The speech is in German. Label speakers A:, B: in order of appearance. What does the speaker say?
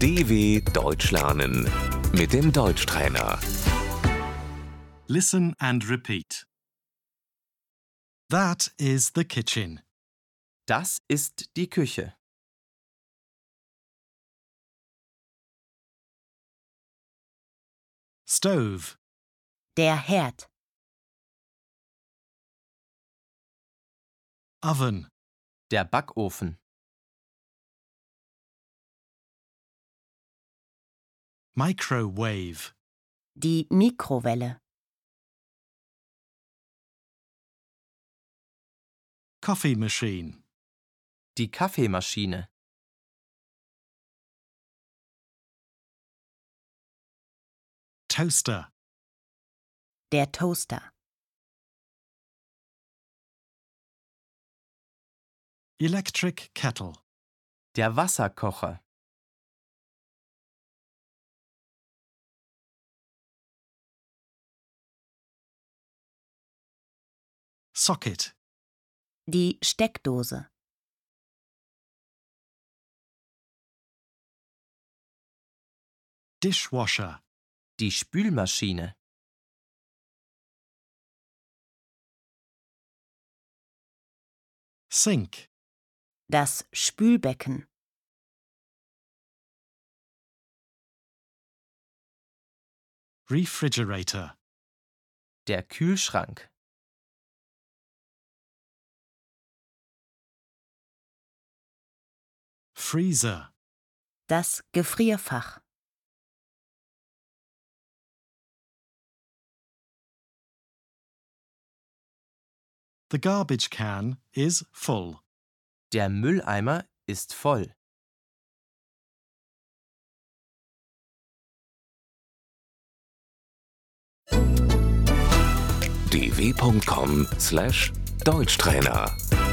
A: DW Deutsch lernen mit dem Deutschtrainer.
B: Listen and repeat. That is the kitchen.
C: Das ist die Küche.
B: Stove,
D: Der Herd,
B: oven,
C: Der Backofen.
B: microwave,
D: die Mikrowelle,
B: coffee machine,
C: Die Kaffeemaschine.
B: toaster,
D: der Toaster,
B: electric kettle,
C: Der Wasserkocher.
B: socket,
D: die Steckdose,
B: dishwasher,
C: Die Spülmaschine.
B: sink,
D: das Spülbecken,
B: refrigerator,
C: Der Kühlschrank.
B: freezer,
D: das Gefrierfach,
B: The garbage can is full.
C: Der Mülleimer ist voll.
A: dw.com/deutschtrainer